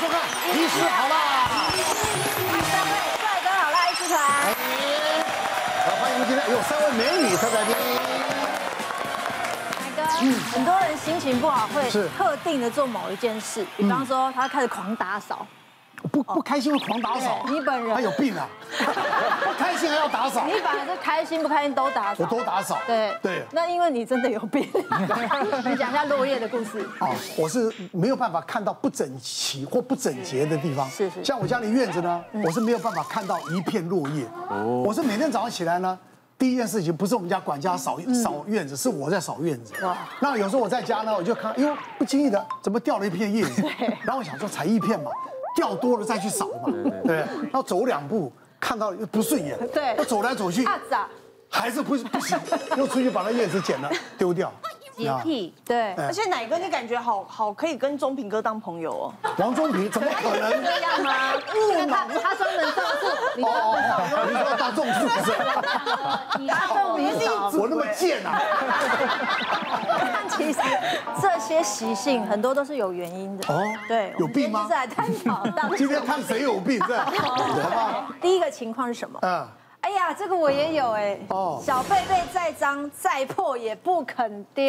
收看《医师哎好啦》。三位哎帅哥好辣一师团，哎，好，欢迎今天哎有三位美女特别来宾。哎海哥，很多人心情不好会是嗯特定的做某一件事，比方说他开始狂打扫，不不开心会狂打扫，对你本人他有病啊！ 不开心还要打扫你，本来是开心不开心都打嗯我扫，都打扫。对对。那因为你真的有病， 你讲一下落叶的故 事。哦，我是没有办法看到不整齐或不整洁的地方。是是嗯像我家里院子呢，我是没有办法看到一片落叶。哦。我是每天早上起来呢，第一件事情不是我们家管家扫扫院子，是我在扫院子。嗯哇那有时候我在家呢，我就看，哎呦，不经意的怎么掉了一片叶 子？然后我想说踩一片嘛，掉多了再去扫嘛，对不对。然后走两步。看到又不顺眼，对我走来走去，啊咋？还是不不行，又出去把那叶子剪了丢掉，啊洁癖，对，哎而且奶哥，你感觉好好可以跟钟平哥当朋友哦。王宗平怎么可能？这样吗？因为他他专门照顾你，哦，你说大众是不是？你他照顾你扫。我那么贱啊！但其实这些习性很多都是有原因的。哦哦，对，有病吗我们今天就是来探讨当 今中天看谁有病，这样哦好吧？第一个情况是什么？嗯，哎呀，这个我也有哎。哦哦，小贝贝再脏再破也不肯丢。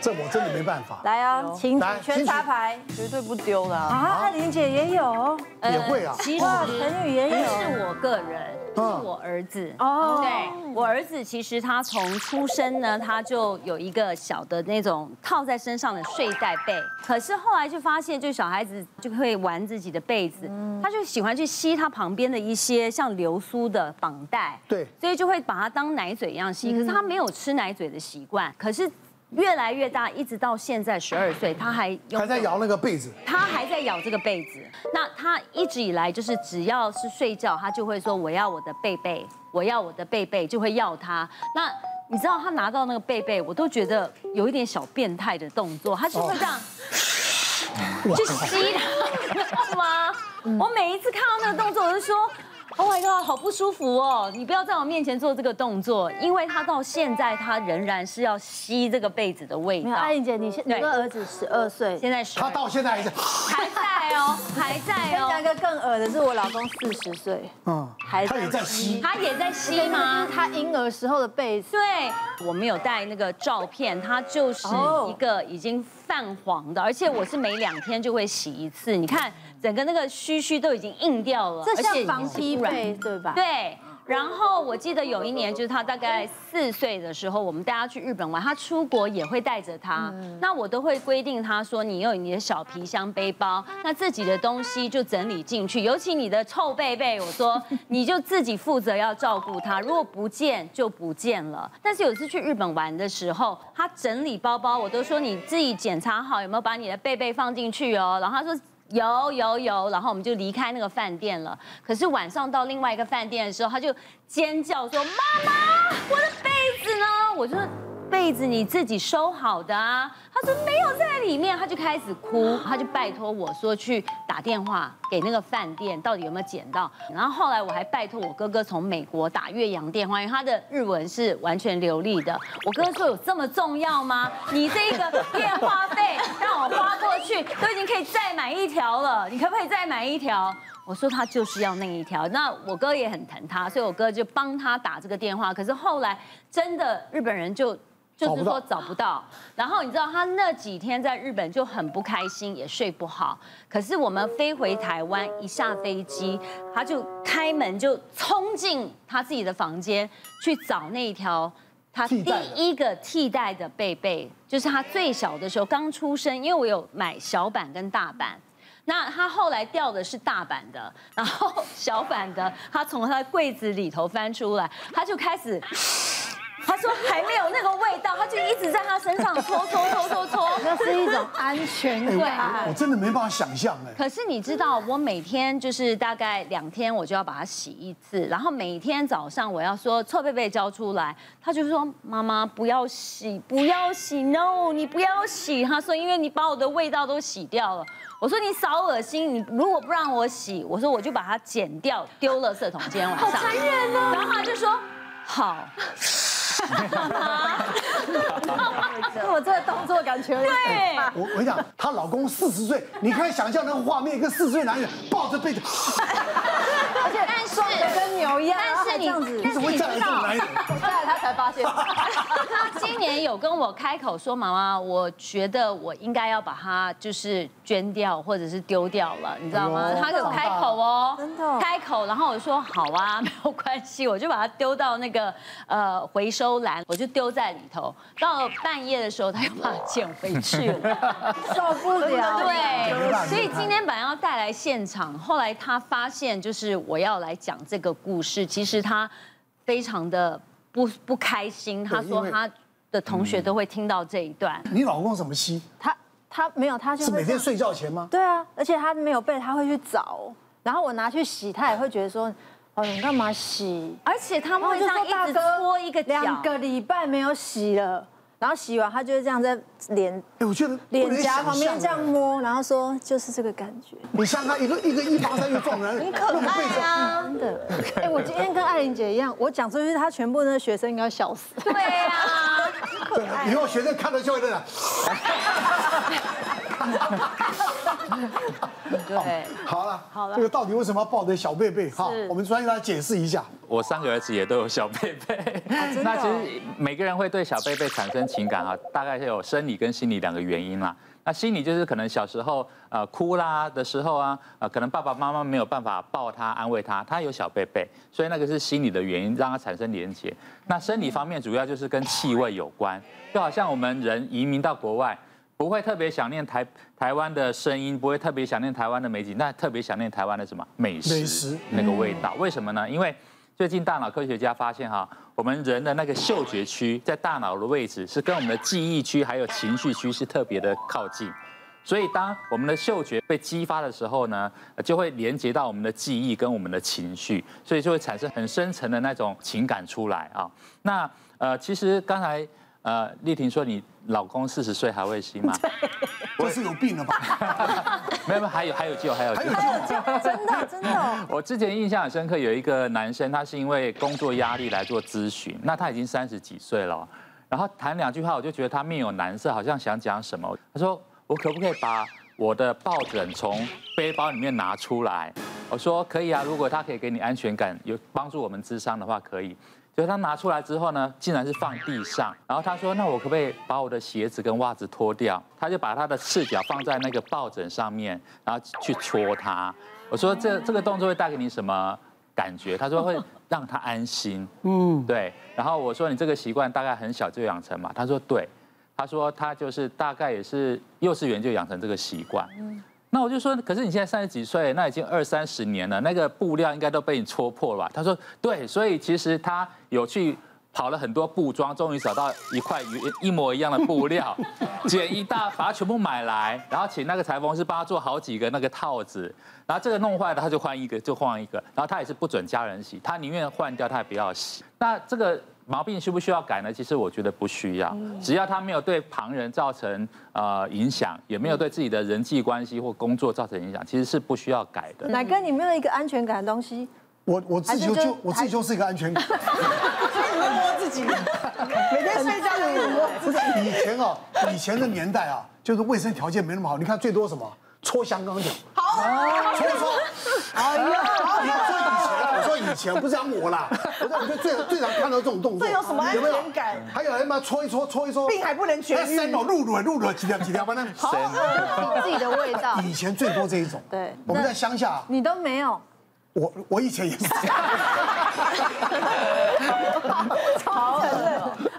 这我真的没办法，来哦，请来举请举圈插牌绝对不丢的、啊。啊，艾琳姐也有，也会啊。其实哇，呃陈宇也不有，是我个人，是嗯我儿子。哦对，我儿子其实他从出生呢，他就有一个小的那种套在身上的睡袋被，可是后来就发现，就小孩子就会玩自己的被子，嗯他就喜欢去吸他旁边的一些像流苏的绑带，对所以就会把它当奶嘴一样吸。可是嗯他没有吃奶嘴的习惯，可是越来越大，一直到现在十二岁，他还有还在摇那个被子，他还在咬这个被子。那他一直以来就是只要是睡觉，他就会说我要我的被被，我要我的被被，就会要他。那你知道他拿到那个被被，我都觉得有一点小变态的动作，他就会这样。去吸它，你知道吗？我每一次看到那个动作，我就说。Oh my god，好不舒服哦！你不要在我面前做这个动作，因为他到现在他仍然是要吸这个被子的味没道有，。艾琳姐，你现你对跟儿子十二岁，现在是他到现在还是，还在哦，还在再加一哦，个更恶的是，我老公四十岁，嗯，还他也在吸。他也在吸吗吗？？他婴儿时候的被子，对，我们有带那个照片，它就是一个已经泛黄的，而且我是每两天就会洗一次。你看，整个那个须须都已经硬掉了，这而且像已经防是踢污染被对吧？对。然后我记得有一年，就是他大概四岁的时候，我们带他去日本玩，他出国也会带着他。那我都会规定他说，你有你的小皮箱、背包，那自己的东西就整理进去，尤其你的臭贝贝，我说你就自己负责要照顾它，如果不见就不见了。但是有一次去日本玩的时候，他整理包包，我都说你自己检查好有没有把你的贝贝放进去哦，然后他说。有有有，然后我们就离开那个饭店了。可是晚上到另外一个饭店的时候，他就尖叫说：“妈妈，我的被子呢？”我就说：“被子你自己收好的啊。”他说：“没有在里面。”他就开始哭，他就拜托我说去打电话给那个饭店，到底有没有捡到。然后后来我还拜托我哥哥从美国打岳阳电话，因为他的日文是完全流利的。我哥说：“有这么重要吗？你这个电话费让我花过去，都已经可以再买一条了，你可不可以再买一条？我说他就是要那一条，那我哥也很疼他，所以我哥就帮他打这个电话。可是后来真的日本人就就是说找不到，然后你知道他那几天在日本就很不开心，也睡不好。可是我们飞回台湾，一下飞机他就开门就冲进他自己的房间去找那一条他替第代的一个替代的贝贝，就是他最小的时候刚出生，因为我有买小版跟大版。那他后来掉的是大版的，然后小版的，他从他的柜子里头翻出来，他就开始， 他说还没有那个味道，他就一直在他身上搓搓搓搓搓。那是一种安全哎感。我我真的没办法想象哎，可是你知道，我每天就是大概两天，我就要把它洗一次，然后每天早上我要说臭贝贝交出来，他就说妈妈不要洗，不要洗，no，你不要洗。他说因为你把我的味道都洗掉了。我说你少恶心，你如果不让我洗，我说我就把它 剪掉，丢了圾桶。今天晚上，好残忍哦。然后他就说好。那我这个动作感觉有点对，我我跟你讲，她老公四十岁，你可以想象那个画面，一个四十岁男人抱着被子，而且但是跟牛一样，但是你然后还这样你子，怎么会嫁来这种啊男人？我下来他才发现，他今年有跟我开口说：“妈妈，我觉得我应该要把它就是捐掉或者是丢掉了，你知道吗哎？”呦他有开口哦，真的开口。然后我说：“好啊， 没有关系。”我就把它丢到那个呃回收篮，我就丢在里头。到了半夜的时候，他又把它捡回去了。 受不 了。对，所以今天本来要带来现场，后来他发现就是我要来讲这个故事，其实他非常的不不开心，他因说为他的同学都会听到这一段。你老公怎么吸？他他没有，他就是会每这天样睡觉前吗？对啊，而且他没有被，他会去找，然后我拿去洗，他也会觉得说，哦，你干嘛洗？而且他然后们我会就这样说大一直搓哥，一个脚，两个礼拜没有洗了，然后洗完他就会这样在脸哎，我觉得脸颊旁边这样摸。摸，然后说就是这个感觉，你想看一个一个一八三又壮的男人，很可爱啊！ 真的。哎，我今天跟艾琳姐一样，我讲出去，她全部那个学生应该笑死。对啊，对以后学生看到就会这样。对。好了，好了这个到底为什么要抱着小贝贝？哈，我们专业来解释一下。我三个儿子也都有小贝贝，真的哦那其实每个人会对小贝贝产生情感啊，大概是有生理跟心理两个原因啦。那心理就是可能小时候呃哭啦的时候啊，呃可能爸爸妈妈没有办法抱他安慰他，他有小贝贝，所以那个是心理的原因让他产生连结。那生理方面主要就是跟气味有关，就好像我们人移民到国外，不会特别想念台台湾的声音，不会特别想念台湾的美景，但特别想念台湾的什么美食美食那个味道。为什么呢？因为最近大脑科学家发现哈、我们人的那个嗅觉区在大脑的位置是跟我们的记忆区还有情绪区是特别的靠近。所以，当我们的嗅觉被激发的时候呢，呃就会连接到我们的记忆跟我们的情绪，所以就会产生很深层的那种情感出来啊。那呃，其实刚才呃丽婷说你老公四十岁还会吸吗？这是有病了吧？没有，没有，还有还有救，还有救。 真的真的， 我之前印象很深刻，有一个男生，他是因为工作压力来做咨询，那他已经三十几岁了，然后谈两句话，我就觉得他面有难色，好像想讲什么。他说：“我可不可以把我的抱枕从背包里面拿出来？”我说：“可以啊，如果他可以给你安全感，有帮助我们智商的话，可以。”结果他拿出来之后呢，竟然是放地上。然后他说：“那我可不可以把我的鞋子跟袜子脱掉？”他就把他的赤脚放在那个抱枕上面，然后去戳它。我说：“这这个动作会带给你什么感觉？”他说：“会让他安心。”嗯，对。然后我说：“你这个习惯大概很小就养成嘛？”他说：“对。”他说：“他就是大概也是幼稚园就养成这个习惯。”那我就说，可是你现在三十几岁，那已经二三十年了，那个布料应该都被你戳破了吧？他说对，所以其实他有去跑了很多布庄，终于找到一块一一模一样的布料，剪一大把它全部买来，然后请那个裁缝师帮他做好几个那个套子，然后这个弄坏了他就换一个，就换一个，然后他也是不准家人洗，他宁愿换掉他也不要洗。那这个毛病需不需要改呢？其实我觉得不需要，只要他没有对旁人造成呃影响，也没有对自己的人际关系或工作造成影响，其实是不需要改的。 奶哥你没有一个安全感的东 西，我我自己就还是就就我自己就是一个安 全感。你们摸自己，每天睡觉都有摸。不是以前啊，以前的年代啊，就是卫生条件没那么好，你看最多什么搓香港脚。好，搓一搓。哎呀，你说以前，我说以前不是讲我啦，我说我就最最常看到这种动作。这有什么安有全没有感还有人嘛搓一搓，搓一搓，病还不能痊愈哎三秒入轮入轮几条几条吧那。神自己的味道，以前最多这一种。啊对我们在乡下，你都没有，我我以前也是这样。好，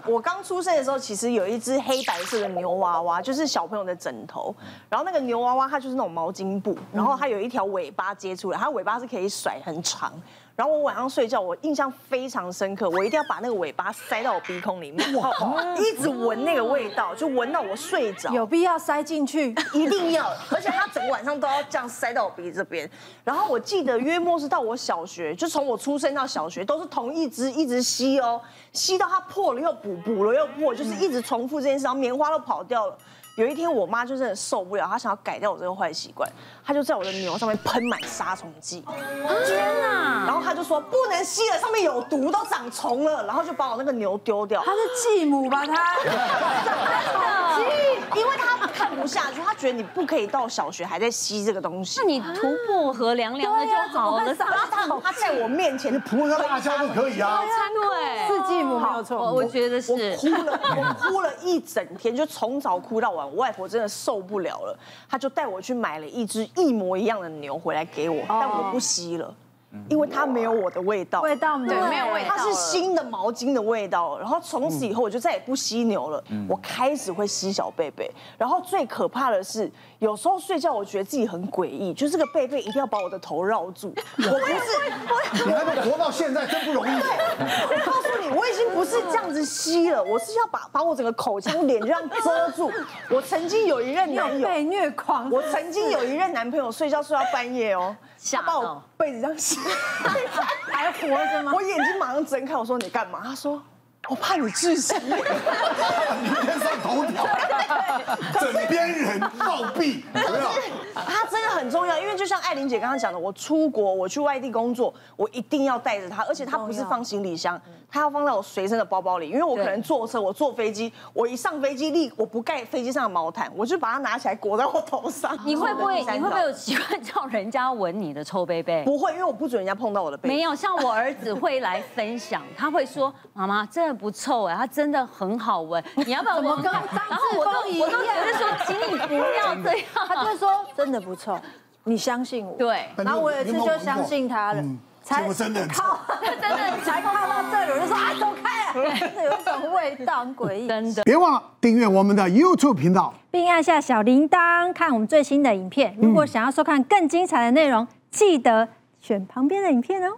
我刚出生的时候，其实有一只黑白色的牛娃娃，就是小朋友的枕头。然后那个牛娃娃它就是那种毛巾布，然后它有一条尾巴接出来，它尾巴是可以甩很长。然后我晚上睡觉，我印象非常深刻，我一定要把那个尾巴塞到我鼻孔里面，然后一直闻那个味道，就闻到我睡着。有必要塞进去？一定要，而且他整个晚上都要这样塞到我鼻子这边。然后我记得约莫是到我小学，就从我出生到小学都是同一只一直吸哦，吸到它破了又补，补了又破，就是一直重复这件事，然后棉花都跑掉了。有一天我妈就真的受不了，她想要改掉我这个坏习惯，她就在我的牛上面喷满杀虫剂，天哪！然后她就说不能吸了，上面有毒，都长虫了，然后就把我那个牛丢掉。他是继母吧？他因为他看不下去，他觉得你不可以到小学还在吸这个东西那。你涂薄荷凉凉的就好了，对啊他 他在我面前你涂个辣椒就可以啊。对，是继母没有错。我我觉得是我哭 了，我哭了一整天，就从早哭到晚。我外婆真的受不了了，她就带我去买了一只一模一样的牛回来给哦我，但我不吸了，因为它没有我的味道。味道对哦没有味道它是新的毛巾的味道，然后从此以后我就再也不吸牛了。嗯我开始会吸小贝贝，然后最可怕的是，有时候睡觉我觉得自己很诡异，就是这个贝贝一定要把我的头绕 住。我不是，你能够活到现在真不容易。我告诉你，我已经不是这样子吸了，我是要把把我整个口腔、脸这样遮住。我曾经有一任你男有友，被虐狂。我曾经有一任男朋友睡觉睡到半夜哦，吓他把我到被子这样吸，还活着吗？ 我眼睛马上睁开，我说你干嘛？他说我怕你窒息。明天上头条，枕边人暴毙，有没有？它真的很重要，因为就像艾琳姐刚刚讲的，我出国，我去外地工作，我一定要带着它，而且它不是放行李箱，它要放在我随身的包包里，因为我可能坐车，我坐飞机，我一上飞机立，我不盖飞机上的毛毯，我就把它拿起来裹在我头上。你会不会我的你第三会不道会有习惯叫人家闻你的臭贝贝？不会，因为我不准人家碰到我的背。没有，像我儿子会来分享，他会说：“妈妈，真的不臭哎，它真的很好闻，你要不要闻闻看？”然后我张志都峰我都一只样是说，请你不要这 他样。就说真的不错，你相信我。。对，然后我有一次就相信他了嗯，才结果真的很臭靠， 真的才靠到这里，我就说啊，走开了，这有一种味道，很诡异。真的。别忘了订阅我们的 YouTube 频道。并按下小铃铛看我们最新的影片。如果想要收看更精彩的内容，记得选旁边的影片哦。